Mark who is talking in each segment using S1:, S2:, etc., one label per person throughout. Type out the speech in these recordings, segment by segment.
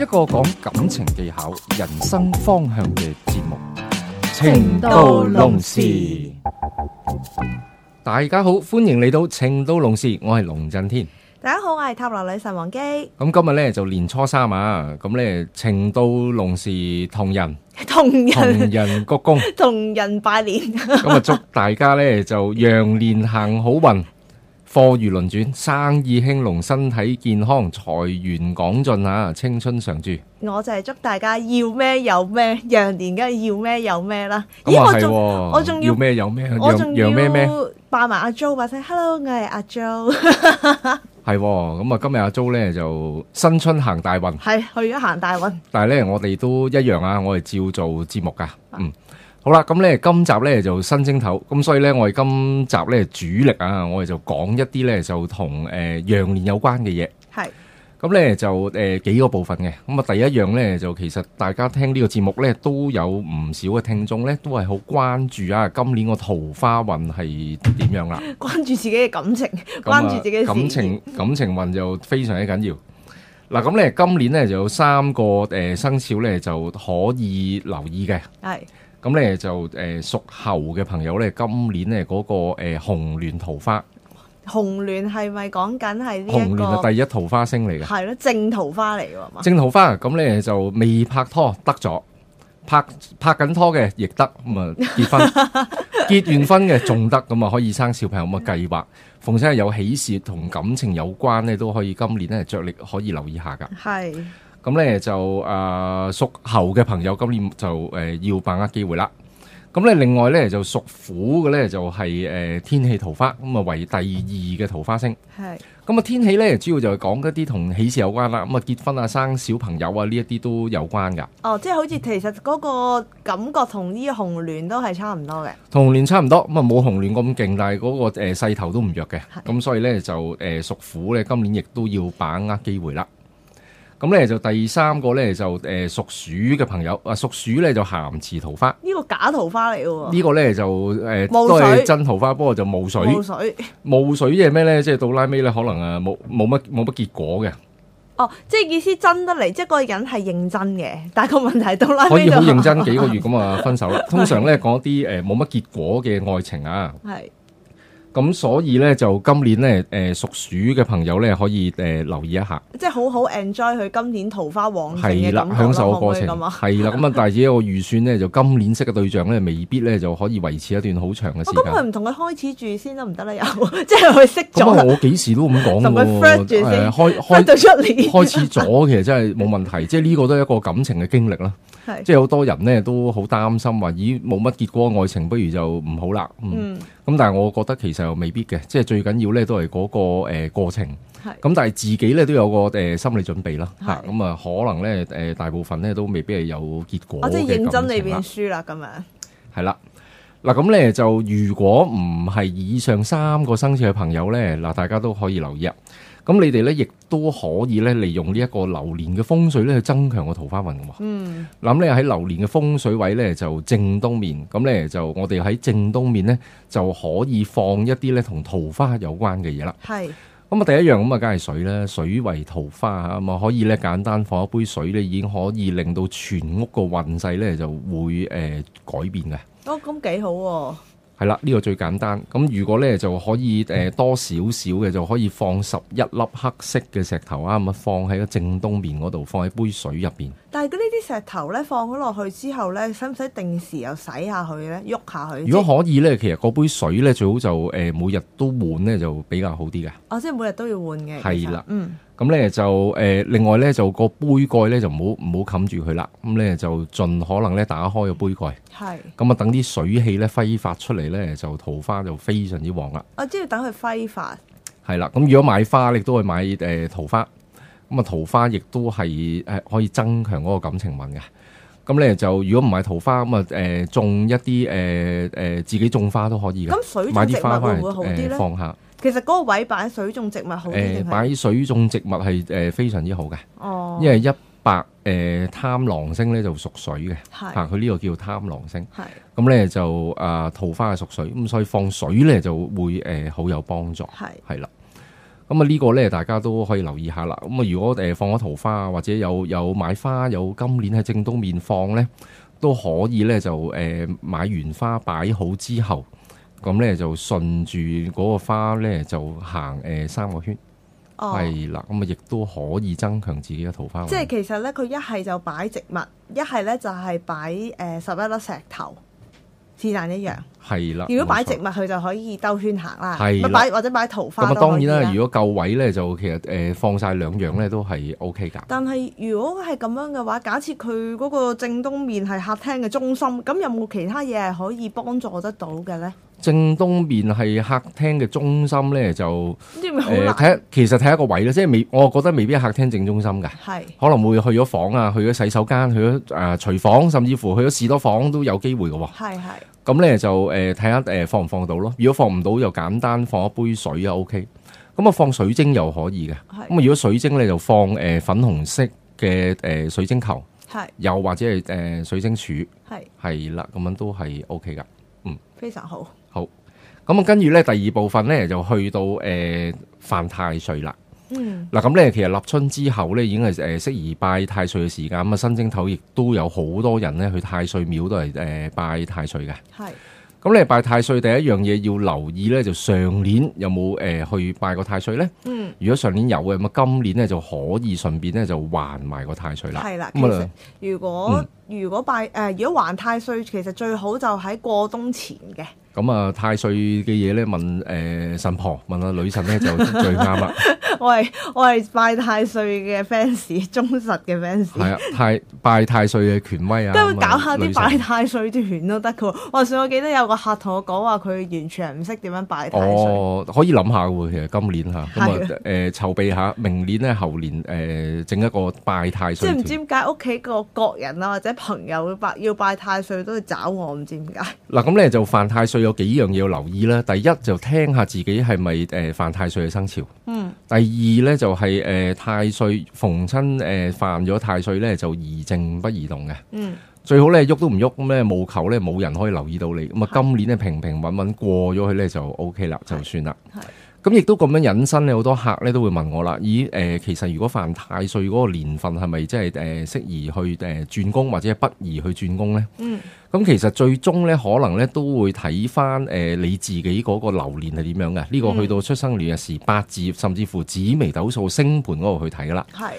S1: 一個講感情技巧、人生方向嘅節目《
S2: 情到濃時》。
S1: 大家好，歡迎嚟到《情到濃時》，我係龍震天。
S3: 大家好，我係塔羅女神王姬，
S1: 咁今日咧就年初三啊，咁咧情到濃時同人
S3: 同
S1: 同
S3: 人
S1: 人鞠躬，
S3: 同人拜年，
S1: 咁啊祝大家咧就羊年行好運，貨如輪轉，生意興隆，身體健康，財源廣進啊，青春常駐。
S3: 我就係祝大家要咩有咩，羊年梗係要咩有咩啦。
S1: 咁
S3: 咦，
S1: 啊
S3: 我
S1: 係喎，
S3: 仲我仲要
S1: 要咩有咩，
S3: 我
S1: 羊
S3: 仲
S1: 羊咩咩。
S3: 要扮埋阿 Jo 把聲，Hello，我係阿 Jo，
S1: 係喎，咁啊今日阿 Jo 咧就新春行大運，
S3: 係去咗行大 運，
S1: 但係咧我哋都一樣啊，我哋照做節目噶，嗯。好啦，咁咧今集咧就新蒸頭，咁所以咧我哋今集咧主力啊，我哋就講一啲咧就同誒羊年有關嘅嘢，
S3: 係
S1: 咁咧就誒、呃、幾個部分嘅，咁啊第一樣咧就其實大家聽呢個節目咧都有唔少嘅聽眾咧都係好關注啊，今年個桃花運係點樣啦？
S3: 關注自己嘅感情，關注自己嘅事
S1: 感
S3: 業
S1: 情感情運就非常之緊要。嗱，咁咧今年咧就有三個誒、呃生肖咧就可以留意嘅。
S3: 係
S1: 咁咧就誒屬猴嘅朋友咧，今年咧嗰、個誒、呃、紅鸞桃花，
S3: 紅聯係咪講緊係呢
S1: 紅
S3: 一
S1: 鸞係
S3: 個
S1: 第一桃花星嚟嘅。
S3: 係咯正桃花嚟㗎嘛？
S1: 正桃花咁咧就未拍拖得咗，拍拍緊拖嘅亦得，咁啊結婚，結完婚嘅仲得，咁啊可以生小朋友咁嘅計劃。逢親係有喜事同感情有關咧，都可以今年咧着力可以留意下噶。
S3: 係
S1: 咁咧就誒、呃、屬猴嘅朋友今年就誒、呃要把握機會啦。咁咧另外咧就屬虎嘅咧就係、呃天氣桃花，咁啊為第二嘅桃花星。
S3: 係
S1: 咁啊，天氣咧主要就係講一啲同喜事有關啦。咁啊，結婚啊、生小朋友啊呢一啲都有關噶，
S3: 哦，即係好似其實嗰個感覺同呢個紅聯都係差唔多嘅，
S1: 同紅聯差唔多。咁啊，冇紅聯咁勁，但係嗰、個誒勢頭都唔弱嘅。咁所以咧就誒、呃、屬虎咧，今年亦都要把握機會啦。咁咧就第三個咧就誒、呃、屬鼠嘅朋友啊，屬鼠咧就鹹池桃花。
S3: 呢個假桃花嚟嘅
S1: 呢個咧就誒、呃
S3: 霧
S1: 都係
S3: 水
S1: 真桃花，不過就霧水
S3: 喎，。冇水
S1: 霧水即係咩咧？即係到拉尾咧，可能啊冇冇乜冇乜結果嘅。
S3: 哦，即係意思真得嚟，即係嗰個人係認真嘅，但係個問題到拉
S1: 可
S3: 尾
S1: 以
S3: 就
S1: 好認真幾個月咁啊 分手啦。通常咧講啲誒冇乜結果嘅愛情啊，
S3: 係
S1: 咁所以咧就今年咧誒、呃、屬鼠嘅朋友咧可以誒、呃留意一下，
S3: 即係好好 enjoy 佢今年桃花旺盛嘅
S1: 係啦
S3: 感，覺
S1: 享受個
S3: 可唔
S1: 過
S3: 可以
S1: 程，
S3: 咁啊？
S1: 係啦。 咁啊，但係只有個預算咧，就今年識嘅對象咧，未必咧就可以維持一段好長嘅
S3: 我
S1: 時
S3: 哦咁佢
S1: 間。啊
S3: 唔同佢開始住先得啊唔得咧？又 即係佢識
S1: 咁
S3: 咗
S1: 啊，
S3: 啦，
S1: 我幾時都咁講
S3: 同佢
S1: 喎
S3: flirt 住
S1: 誒
S3: 先
S1: 開
S3: 分
S1: 開
S3: 到出年
S1: 開始咗，其實真係冇問題。即係呢個都係一個感情嘅經歷啦。
S3: 係
S1: 即係好多人咧都好擔心話，咦冇乜結果愛情，不如就唔好啦。嗯
S3: 嗯
S1: 咁但係我覺得其實又未必嘅，即係最緊要咧都係嗰、個誒、呃、過程。
S3: 係
S1: 咁但係自己咧都有個誒、呃心理準備啦，
S3: 係
S1: 嚇咁啊可能咧誒、呃大部分咧都未必係有結果
S3: 我即係認
S1: 嘅
S3: 真
S1: 感
S3: 裏
S1: 情
S3: 邊
S1: 啦，
S3: 輸啦咁樣。
S1: 係啦。嗱咁咧就如果唔係以上三個生肖嘅朋友咧，嗱大家都可以留意啊。咁你哋咧亦都可以咧利用呢一個流年嘅風水咧去增強個桃花運嘅喎。
S3: 嗯，
S1: 諗咧喺流年嘅風水位咧就正東面，咁咧就我哋喺正東面咧就可以放一啲咧同桃花有關嘅嘢啦。
S3: 係
S1: 咁啊第一樣咁啊，梗係水啦，水為桃花啊，咁啊可以咧簡單放一杯水咧，已經可以令到全屋個運勢咧就會誒、呃改變嘅。
S3: 哦，咁幾好喎。
S1: 係啦，呢、個最簡單。咁如果咧就可以誒、呃多少少嘅就可以放十一粒黑色嘅石頭啊，咁啊放喺個正東面嗰度，放喺杯水入邊。
S3: 但係呢啲石頭咧放咗落去之後咧，使唔使定時又洗下佢咧，喐下佢？
S1: 如果可以咧，其實嗰杯水咧最好就誒、呃每日都換咧就比較好啲嘅。
S3: 哦，即係每日都要換嘅。
S1: 係
S3: 其實
S1: 啦
S3: 嗯，
S1: 咁咧就誒、呃另外咧就個杯蓋咧就唔好唔好冚住佢啦。咁咧就盡可能咧打開個杯蓋，
S3: 係。
S1: 咁啊等啲水氣咧揮發出嚟咧，就桃花就非常之旺啦。
S3: 我哦即係等佢揮發。
S1: 係啦，咁如果買花你都去買誒、呃呃桃花，咁啊桃花亦都係誒可以增強嗰個感情運嘅。咁咧就如果唔係桃花咁啊，誒種一啲誒誒自己種花都可以嘅，
S3: 咁水
S1: 買
S3: 種
S1: 啲
S3: 植
S1: 花翻
S3: 物會唔
S1: 嚟
S3: 會好啲
S1: 誒
S3: 咧？
S1: 放下。
S3: 其實嗰個位擺水種植物好啲
S1: 誒
S3: 定係？
S1: 擺水種植物係誒非常之好嘅，
S3: 哦，
S1: 因為一白誒貪狼星咧就屬水嘅，
S3: 係
S1: 嚇佢呢個叫貪狼星。
S3: 係
S1: 咁咧就啊、桃花係屬水，咁所以放水咧就會誒、呃好有幫助，
S3: 係
S1: 係啦。咁啊呢個咧大家都可以留意下啦。咁啊如果誒、呃放咗桃花啊或者有有買花有今年喺正東面放咧，都可以咧就誒、呃、買完花擺好之後，咁咧就順住嗰個花咧就行誒、呃三個圈，
S3: 哦，
S1: 係啦、咁啊亦都可以增強自己嘅桃花運。
S3: 即係其實咧，佢一係就擺植物，一係咧就係擺誒十一粒石頭，是但一樣。
S1: 係啦。啊
S3: 如果擺
S1: 嗯冇錯
S3: 植物，佢就可以兜圈行啦。
S1: 係啦
S3: 咪擺或者擺桃
S1: 咁
S3: 花
S1: 啊，
S3: 都可
S1: 當
S3: 以
S1: 然啦，
S3: 啦。
S1: 如果夠位咧，就其實誒、呃放晒兩樣咧都係 O K 㗎。
S3: 但係如果係咁樣嘅話，假設佢嗰個正東面係客廳嘅中心，咁有冇其他嘢係可以幫助得到嘅咧？
S1: 正東面係客廳嘅中心咧，就
S3: 呢咪好
S1: 誒
S3: 難
S1: 睇、下，其實睇一個位咧，即係未，我覺得未必係客廳正中心㗎，
S3: 係
S1: 可能會去咗房啊，去咗洗手間，去咗誒、呃、廚房，甚至乎去咗士多房都有機會嘅喎。
S3: 係係
S1: 咁咧就誒睇下誒放唔放到咯。如果放唔到，就簡單放一杯水啊 O K。咁啊放水晶又可以嘅。咁
S3: 係
S1: 啊如果水晶咧就放誒、呃粉紅色嘅誒、呃水晶球，
S3: 係
S1: 又或者係誒、呃水晶柱。
S3: 係
S1: 係啦，咁樣都係 O K 噶。
S3: 非常好。
S1: 咁啊，跟住咧第二部分咧就去到誒、呃、犯太歲啦。
S3: 嗯
S1: 嗱，咁咧其實立春之後咧已經係誒適宜拜太歲嘅時間。咁啊，新正頭亦都有好多人咧去太歲廟都係誒、呃拜太歲嘅。
S3: 係
S1: 咁你拜太歲第一樣嘢要留意咧，就上年有冇誒、呃去拜過太歲咧？
S3: 嗯
S1: 如果上年有嘅，咁啊今年咧就可以順便咧就還埋個太歲啦。
S3: 係啦。其
S1: 咁
S3: 實
S1: 啊，
S3: 如果如果拜誒，如果還太歲，其實最好就喺過冬前嘅。
S1: 咁啊太歲嘅嘢咧問誒、呃神婆問阿女神咧就最啱啦。
S3: 我係我係拜太歲嘅 fans，忠實嘅 fans。
S1: 系啊，太拜太歲嘅權威啊，
S3: 跟住
S1: 咁啊
S3: 搞下啲拜
S1: 女神
S3: 太歲團都得嘅喎。話上我記得有個客同我講話，佢完全唔識點樣拜太歲。
S1: 哦，可以諗下喎，其實今年吓咁
S3: 係
S1: 啊，诶，筹备下明年咧，後年诶，整一個拜太
S3: 即係
S1: 歲
S3: 唔
S1: 團。
S3: 知點解屋企個國人啊或者朋友拜要拜太歲都要找我，唔知點解。
S1: 嗱，咁咧就犯太歲有幾樣嘢要留意啦。第一就聽下自己係咪诶犯太歲嘅生肖。
S3: 嗯，
S1: 第二咧就係诶太歲逢親诶犯咗太歲咧就宜靜不宜動嘅。
S3: 嗯，
S1: 最好咧喐都唔喐，咁咧務求咧冇人可以留意到你。咁啊，今年咧平平穩穩過咗去咧就 O K 啦，就算啦
S3: 係。
S1: 咁亦都咁樣引申咧，好多客咧都會問我啦。咦誒、呃其實如果犯太歲嗰個年份係咪即係誒適宜去誒、呃、轉工或者係不宜去轉工咧？
S3: 嗯，
S1: 咁其實最終咧可能咧都會睇翻誒你自己嗰個流年係點樣嘅。呢、個去到出生年嘅時八字，甚至乎紫微斗數星盤嗰度去睇㗎啦。
S3: 係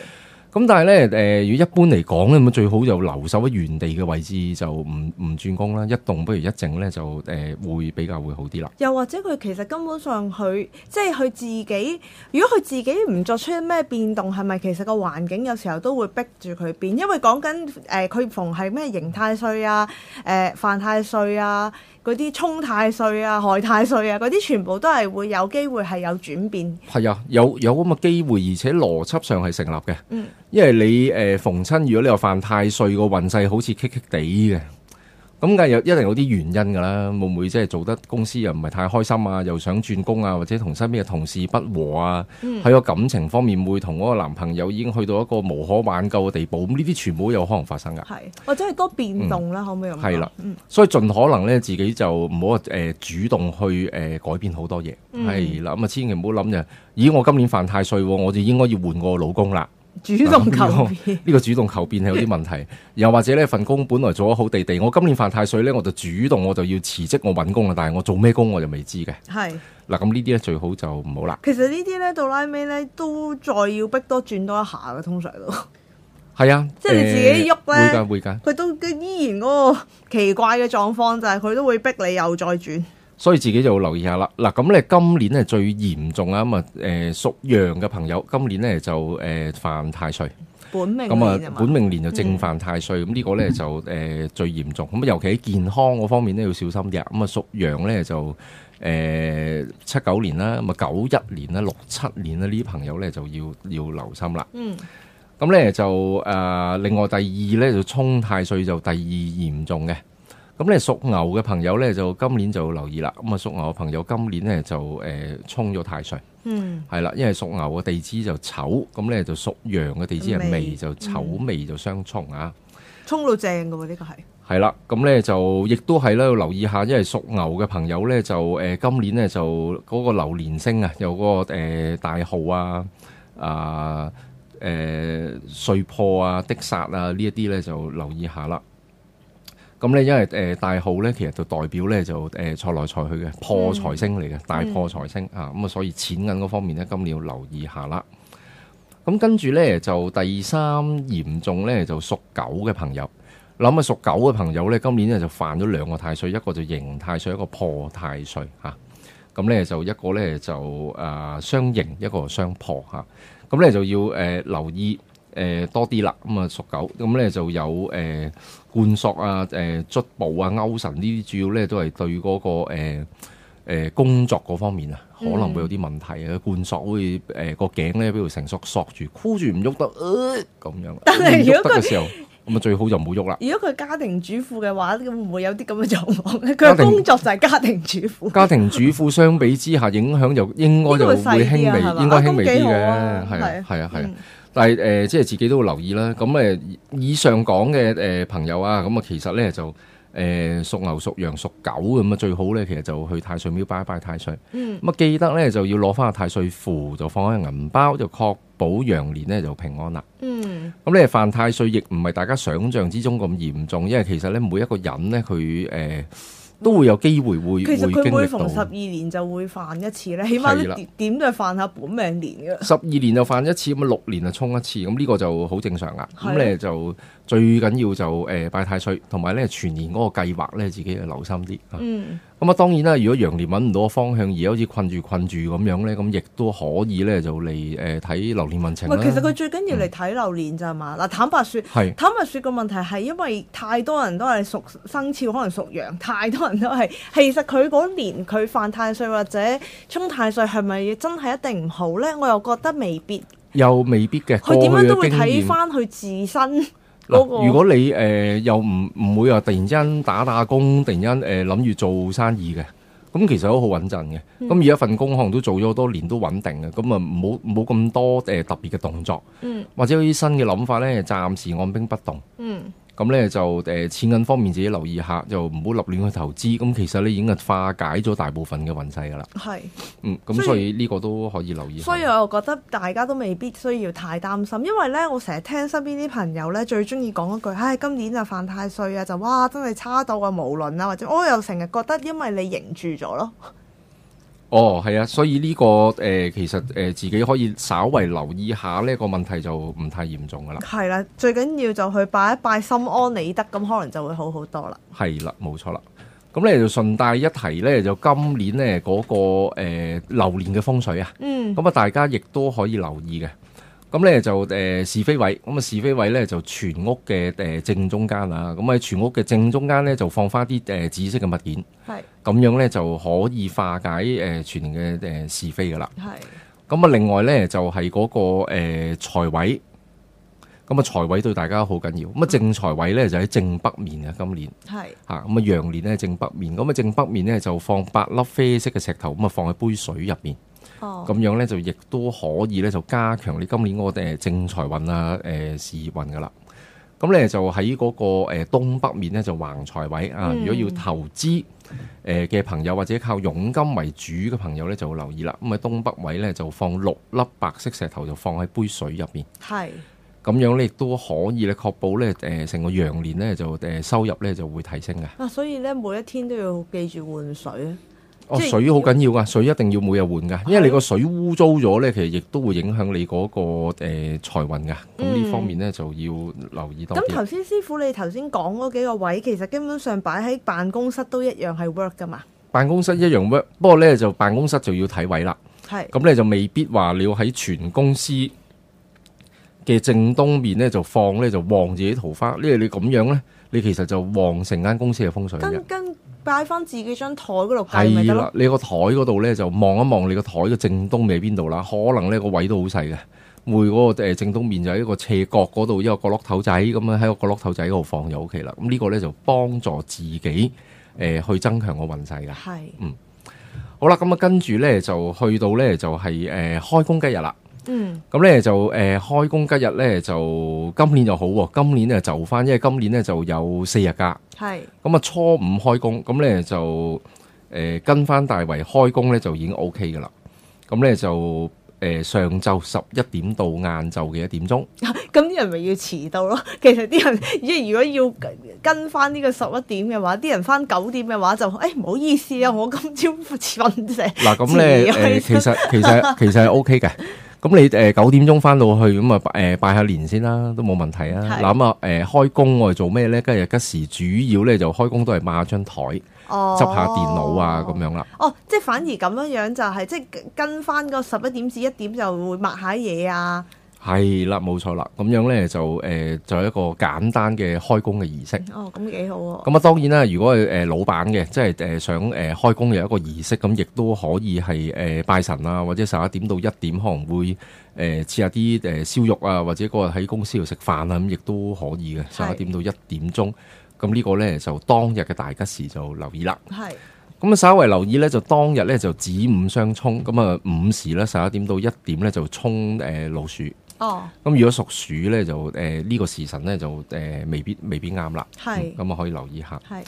S1: 咁但係咧，誒、如果一般嚟講咧，咁最好就留守喺原地嘅位置，就唔唔轉工啦，一動不如一靜咧，就誒、呃、會比較會好啲啦。
S3: 又或者佢其實根本上佢即係佢自己，如果佢自己唔作出咩變動，係咪其實個環境有時候都會逼住佢變？因為講緊誒，佢、逢係咩刑太歲啊、誒、犯太歲啊、嗰啲沖太歲啊、害太歲啊，嗰啲全部都係會有機會係有轉變。
S1: 係啊，有有咁嘅機會，而且邏輯上係成立嘅。
S3: 嗯
S1: 因為你誒、呃逢親，如果你又犯太歲，個運勢好似棘棘地嘅，咁梗係有一定有啲原因㗎啦。會唔會即係做得公司又唔係太開心啊，又想轉工啊，或者同身邊嘅同事不和啊，喺個、感情方面會同嗰個男朋友已經去到一個無可挽救嘅地步，咁呢啲全部都有可能發生㗎。
S3: 係，或者係多變動啦，可唔可以咁講？
S1: 嗯係啦
S3: 嗯，
S1: 所以盡可能咧，自己就唔好話誒主動去誒、呃改變好多嘢，
S3: 嗯
S1: 係啦咁啊，千祈唔好諗就，咦我今年犯太歲喎，我就應該要換個老公啦。
S3: 主動求
S1: 呢個
S3: 變，
S1: 呢個主動求變係有啲問 題，又或者呢份工本來做得好地地，我今年犯太歲呢，我就主動我就要辭職，我揾工啦，但係我做咩工我就未知嘅。
S3: 係。
S1: 嗱咁呢啲呢，最好就唔好啦。
S3: 其實呢啲咧到拉尾咧都再要逼多轉多一下嘅，通常都。
S1: 係啊，
S3: 即係你自
S1: 誒
S3: 己喐呢
S1: 會㗎會㗎。
S3: 佢都依然嗰個奇怪嘅狀況就係佢都會逼你又再轉，
S1: 所以自己就要留意下啦。嗱，咁咧今年咧最嚴重啊，咁啊誒屬羊嘅朋友，今年咧就誒、犯太歲，
S3: 本命
S1: 咁
S3: 年啊
S1: 啊
S3: 嘛
S1: 本。命年就正犯太歲，咁呢、個咧就誒、呃最嚴重。咁啊尤其喺健康嗰方面咧要小心啲啊。咁啊屬羊咧就誒七九年啦，咁啊九一年啦、六七年啦呢啲朋友咧就要要留心啦。
S3: 嗯，
S1: 咁咧就誒、呃另外第二咧就沖太歲就第二嚴重嘅。咁咧屬牛嘅朋友咧就今年就留意啦。咁啊屬牛嘅朋友今年咧就誒沖咗太歲，
S3: 嗯，
S1: 係啦，因為屬牛嘅地支就丑，咁咧就屬羊嘅地支係
S3: 未
S1: 未，就丑未就相沖啊。
S3: 沖到正嘅喎，呢個係
S1: 係啦，咁咧就亦都係咧要留意下，因為屬牛嘅朋友咧就誒、呃今年咧就嗰個流年星啊，有嗰、個、呃、大號啊啊誒碎破啊、的殺啊呢一啲咧就留意下啦。咁咧，因為誒、呃大號咧，其實就代表咧就誒、呃、財來財去嘅破財星嚟嘅，大破財星啊，咁啊，所以錢銀嗰方面咧，今年要留意下啦。咁跟住咧就第三嚴重咧就屬狗嘅朋友。諗啊，屬狗嘅朋友咧，今年咧就犯咗兩個太歲，一個就刑太歲，一個破太歲嚇。咁、咧就一個咧就誒、呃、雙刑，一個雙破嚇。咁、咧就要誒、呃留意誒、呃多啲啦。咁啊屬狗，咁咧就有誒、呃、灌索啊、誒、呃、卒步啊、勾神呢啲，主要咧都係對嗰、個誒、呃呃工作嗰方面啊，可
S3: 嗯
S1: 能會有啲問題啊。灌索會誒個頸咧，俾條繩索索住，箍住唔喐得，呃咁、樣。
S3: 但係如
S1: 唔喐
S3: 果
S1: 得嘅時候，咁啊最好就唔好喐啦。
S3: 如果佢家庭主婦嘅話，咁會唔會有啲咁嘅狀況咧？佢
S1: 家
S3: 嘅
S1: 庭
S3: 工作就係家庭主婦，
S1: 家庭主婦相比之下，影響就應該就會輕微，
S3: 應該會細啲啊係嘛
S1: 應該輕微啲嘅，係啊
S3: 啊咁幾好啊係
S1: 係啊係啊
S3: 嗯。
S1: 但係誒、呃即係自己都會留意啦。咁誒，以上講嘅誒朋友啊，咁啊，其實咧就誒、呃、屬牛、屬羊、屬狗咁啊，最好咧其實就去太歲廟拜一拜太歲。
S3: 嗯
S1: 咁啊，記得咧就要攞翻個太歲符，就放喺銀包，就確保羊年咧就平安啦。
S3: 嗯
S1: 咁咧犯太歲亦唔係大家想象之中咁嚴重，因為其實咧每一個人咧佢誒都會有機會會
S3: 其實
S1: 會經
S3: 佢每
S1: 歷
S3: 逢十
S1: 到
S3: 二。年就會犯一次咧，起碼
S1: 係
S3: 都
S1: 啦
S3: 點點都係犯下本命年嘅。
S1: 十二年就犯一次，咁六年就沖一次，咁呢個就好正常啦。
S3: 係啊
S1: 咁咧就最緊要就誒、呃拜太歲，同埋咧全年嗰個計劃咧自己就留心啲。啊
S3: 嗯，
S1: 咁啊，當然啦，如果羊年揾唔到個方向，而好似困住困住咁樣咧，咁亦都可以咧就嚟誒睇流年運程
S3: 喂，
S1: 啦。
S3: 其實佢最緊要嚟睇流年咋嘛？嗱，坦白説。
S1: 係
S3: 坦白説個問題係因為太多人都係屬生肖，可能屬羊，太多人都係。其實佢嗰年佢犯太歲或者沖太歲係咪真係一定唔好呢？我又覺得未必，
S1: 又未必嘅，
S3: 佢點
S1: 過去
S3: 樣都
S1: 嘅
S3: 會
S1: 經
S3: 睇
S1: 驗。
S3: 翻佢自身嗰、個。
S1: 嗱，如果你誒、呃又唔唔會話突然之間打打工，突然間誒諗住做生意嘅，咁其實都好穩陣嘅。
S3: 嗯
S1: 咁而家份工可能都做咗好多年都穩定嘅，咁啊唔好唔好咁多誒、呃特別嘅動作，
S3: 嗯
S1: 或者有啲新嘅諗法咧，暫時按兵不動。
S3: 嗯
S1: 咁咧就誒、呃、錢銀方面自己留意下，就唔好立亂去投資。咁其實你已經係化解咗大部分嘅運勢㗎啦。
S3: 係，
S1: 嗯，咁
S3: 所以
S1: 所以呢個都可以留意下。
S3: 所以我又覺得大家都未必需要太擔心，因為呢，我成日聽身邊啲朋友呢，最中意講一句，唉，今年就犯太歲啊，就哇真係差到啊無論啊，或者我又成日覺得因為你凝住咗咯，
S1: 哦，係啊，所以呢、個誒、呃其實誒、呃自己可以稍為留意下呢個問題就唔太嚴重㗎啦。
S3: 係啦，最緊要就去拜一拜心安理得，咁可能就會好好多啦。
S1: 係啦，冇錯啦。咁咧就順帶一提咧，就今年咧嗰、個呃流年嘅風水啊，
S3: 嗯
S1: 咁啊大家亦都可以留意嘅。咁咧就誒、呃是非位，咁啊是非位咧就全屋嘅誒、呃正中間啊，咁喺全屋嘅正中間咧就放翻啲誒紫色嘅物件，
S3: 係
S1: 咁樣咧就可以化解誒、呃全年嘅誒、呃是非噶啦。
S3: 係
S1: 咁啊，另外咧就係、嗰、個誒、呃、財位，咁啊財位對大家好緊要。咁啊正財位咧就喺正北面啊，今年。
S3: 係
S1: 嚇咁啊，羊年咧正北面，咁啊正北面咧就放八粒啡色嘅石頭，咁啊放喺杯水入面，
S3: 哦
S1: 咁樣咧就亦都可以咧就加強你今年嗰個誒正財運啊誒事業運噶啦。咁咧就喺嗰個誒東北面咧就橫財位啊，如
S3: 嗯
S1: 果要投資誒嘅朋友或者靠佣金為主嘅朋友咧就留意啦。咁啊東北位咧就放六粒白色石頭，就放喺杯水入面。
S3: 係
S1: 咁樣咧亦都可以咧確保咧誒成個羊年咧就誒收入咧就會提升嘅。
S3: 啊，所以呢，每一天都要記住換水啊。
S1: 哦，
S3: 即係
S1: 水好緊要噶，水一定要每日換噶，因為你個水污糟咗咧，其實亦都會影響你嗰、個誒、呃、財運噶。咁
S3: 嗯
S1: 呢方面咧就要留意多
S3: 咁
S1: 啲。
S3: 頭先師傅你頭先講嗰幾個位，其實基本上擺喺辦公室都一樣係 work 噶嘛。
S1: 辦公室一樣 work，不過咧就辦公室就要睇位啦。
S3: 係
S1: 咁咧就未必話你要喺全公司嘅正東面咧就放咧就旺自己桃花，因為你咁樣咧，你其實就旺成間公司嘅風水嘅
S3: 跟。跟擺翻自己張台嗰度計咪
S1: 係
S3: 得
S1: 啦
S3: 咯。，
S1: 你個台嗰度咧就望一望你個台嘅正東面喺邊度啦，可能呢個位都好細嘅，會嗰個誒呃正東面就喺一個斜角嗰度，一個角落頭仔咁樣喺個角落頭仔嗰度放就 OK 啦。咁呢個咧就幫助自己誒、呃去增強個運勢啦。
S3: 係，
S1: 好啦，咁啊跟住咧就去到咧就係、誒、開工吉日啦。
S3: 嗯，
S1: 咁咧就誒、呃、開工吉日咧就今年就好喎、今年咧就翻，因為今年咧就有四日假。
S3: 係，
S1: 咁啊初五開工，咁咧就誒、呃跟翻大圍開工咧就已經 O K 噶啦。咁咧就誒、呃上晝十一點到晏晝嘅一點鐘，
S3: 咁啲人咪要遲到咯。 其實啲人即係如果要跟跟翻呢個十一點嘅話，啲人翻九點嘅話就，誒、唔好意思啊，我今朝瞓醒。
S1: 嗱咁咧誒
S3: 自己開
S1: 其實其實其實係 O K 嘅。咁你誒九點鐘翻到去咁啊誒拜下年先啦，都冇問題啊。
S3: 係
S1: 嗱咁啊誒開工我哋做咩咧？今日吉時主要咧就開工都係抹下張台，執
S3: 哦，
S1: 下電腦啊咁。樣啦。
S3: 哦，即係反而咁樣樣就係、即係跟翻個十一點至一點就會抹下嘢啊。
S1: 係啦，冇錯啦。咁樣咧就誒就有一個簡單嘅開工嘅儀式。
S3: 哦，咁幾好喎。
S1: 咁啊，當然啦，如果係誒老闆嘅，即係誒想誒開工有一個儀式，咁亦都可以係誒拜神啊，或者十一點到一點可能會誒切下啲誒燒肉啊，或者嗰日喺公司度食飯啊，咁亦都可以嘅。十
S3: 係
S1: 一點到一點鐘，咁呢個呢，就當日嘅大吉時就留意啦。
S3: 係
S1: 咁啊，稍為留意呢，就當日呢，就子午相沖，咁啊午時呢，十一點到一點呢，就沖誒老鼠。
S3: 哦，
S1: 咁如果屬鼠呢，就誒呢個時辰呢，就誒未必未必啱啦。
S3: 係
S1: 咁啊可以留意下。
S3: 係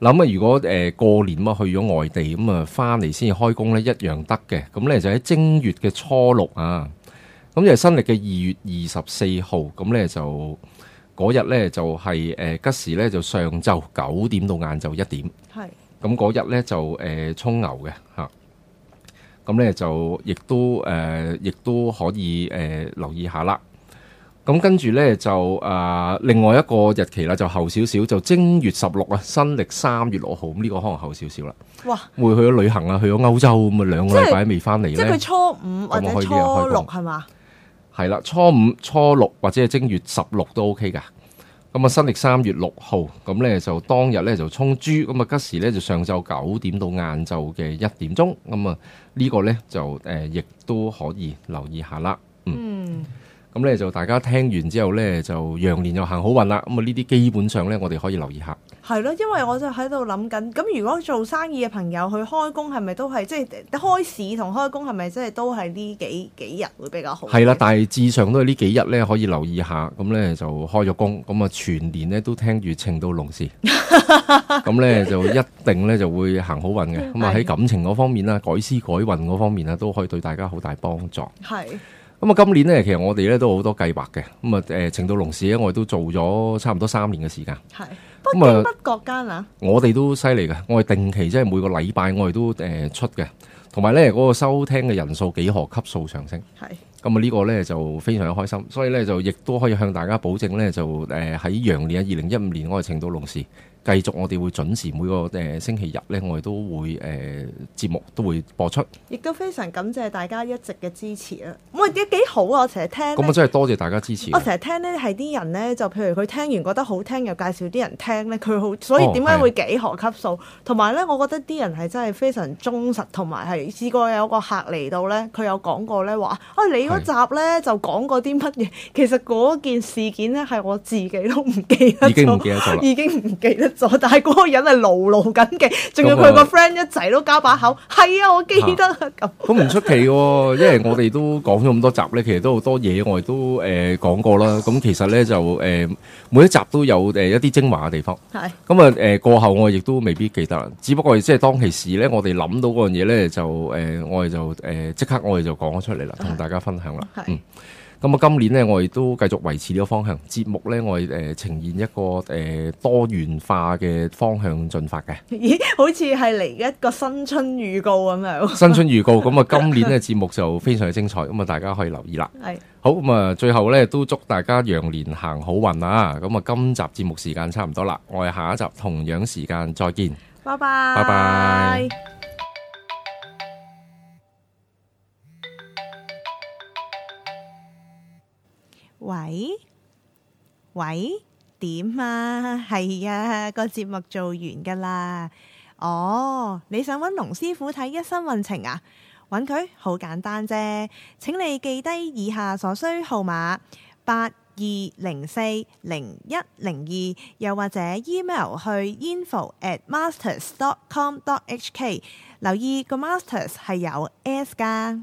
S1: 嗱咁啊，如果誒、呃、過年啊去咗外地咁啊，翻嚟先至開工咧，一樣得嘅。咁咧就喺正月嘅初六啊，咁就係新歷嘅二月二十四號，咁咧就嗰日咧就係、呃吉時咧就上晝九點到晏晝一點，
S3: 係
S1: 咁嗰日咧就誒、呃、沖牛嘅嚇。咁咧就亦都誒，呃亦、都可以誒、呃留意下啦。咁跟住咧就啊、另外一個日期啦，就後少少，就正月十六啊，新歷三月六號，咁呢個可能後少少啦。
S3: 哇！
S1: 會去咗旅行啊，去咗歐洲咁啊，兩個禮拜未翻嚟
S3: 即係
S1: 咧
S3: 佢，初五或者
S1: 咁我可以
S3: 初
S1: 呢日開
S3: 六
S1: 工
S3: 係嘛？
S1: 係啦，初五、初六或者係正月十六都 OK 噶。咁啊，新歷三月六號，咁咧就當日咧就沖珠，咁啊吉時咧就上晝九點到晏晝嘅一點鐘，咁啊呢個咧就誒亦、都可以留意下啦。
S3: 嗯，
S1: 咁咧就大家聽完之後咧，就羊年又行好運啦。咁啊呢啲基本上咧，我哋可以留意下。
S3: 係咯，因為我就喺度諗緊，咁如果做生意嘅朋友去開工係咪都係即係開市同開工係咪即係都係呢幾幾日會比較好？
S1: 係啦，大致上都係呢幾日咧可以留意下。咁咧就開咗工，咁啊全年咧都聽住情到濃時，咁咧就一定咧就會行好運嘅。咁啊
S3: 係
S1: 喺感情嗰方面啦，改思改運嗰方面啊，都可以對大家好大幫助。
S3: 係
S1: 咁啊，今年咧其實我哋咧都有好多計劃嘅。咁啊誒情到濃時咧，我哋都做咗差唔多三年嘅時間。
S3: 係，不
S1: 咁
S3: 經
S1: 啊
S3: 不覺間啊，
S1: 我哋都犀利嘅，我哋定期即係每個禮拜我哋都誒、呃出嘅，同埋呢嗰、個收聽嘅人數幾何級數上升，
S3: 係
S1: 咁啊呢個呢就非常開心，所以呢，就亦都可以向大家保證呢，就誒喺羊年二零一五年我哋程度龍時繼續我哋會準時每個誒、呃星期日呢，我哋都會誒、呃、節目都會播出，咁
S3: 亦都非常感謝大家一直嘅支持啊！喂，幾幾好啊！我成日聽呢
S1: 啊真係多謝大家支持啊
S3: 我。成日聽咧係啲人咧，就譬如佢聽完覺得好聽，又介紹啲人聽咧，佢好，
S1: 哦
S3: 所以點解會幾何級數？同埋咧，我覺得啲人係真係非常忠實，同埋係試過有個客嚟到咧，佢有講過咧話：啊，你嗰集咧就講過啲乜嘢？其實嗰件事件咧係我自己都唔記得咗
S1: 已經唔記得咗啦
S3: 已經唔記得咗。但係嗰個人係牢牢緊嘅，仲要佢
S1: 咁
S3: 個
S1: 啊
S3: friend 一齊都加把口，係啊，我記得啊咁。
S1: 咁唔出奇喎，因為我哋都講咗咁多集呢，其實都好多嘢我哋都誒講過啦。咁其實呢，就誒、呃每一集都有呃誒一啲精華嘅地方。
S3: 係
S1: 咁啊誒過後我亦都未必記得啦，只不過即係當其時咧，我哋諗到嗰樣嘢咧就誒、呃我哋就誒即、刻我哋就講咗出嚟啦，同大家分享啦。
S3: 係
S1: 嗯咁啊，今年咧，我哋都繼續維持呢個方向，節目咧，我哋誒、呃呈現一個誒、呃多元化嘅方向進發嘅
S3: 咦，好似係嚟一個新春預告咁樣。
S1: 新春預告。咁啊，今年咧節目就非常之精彩，咁啊，大家可以留意啦。
S3: 係。
S1: 好咁啊，最後咧都祝大家羊年行好運啊！咁啊，今集節目時間差唔多啦，我哋下一集同樣時間再見。
S3: 拜拜，
S1: 拜拜。
S3: 喂喂，點啊？係啊，個節目做完噶啦。哦，你想揾龍師傅睇一生運程啊？揾佢好簡單啫。請你記低以下所需號碼八。二零四零一零二，又或者 email 去 info at masters dot com dot hk。留意個 masters 係有 s 噶。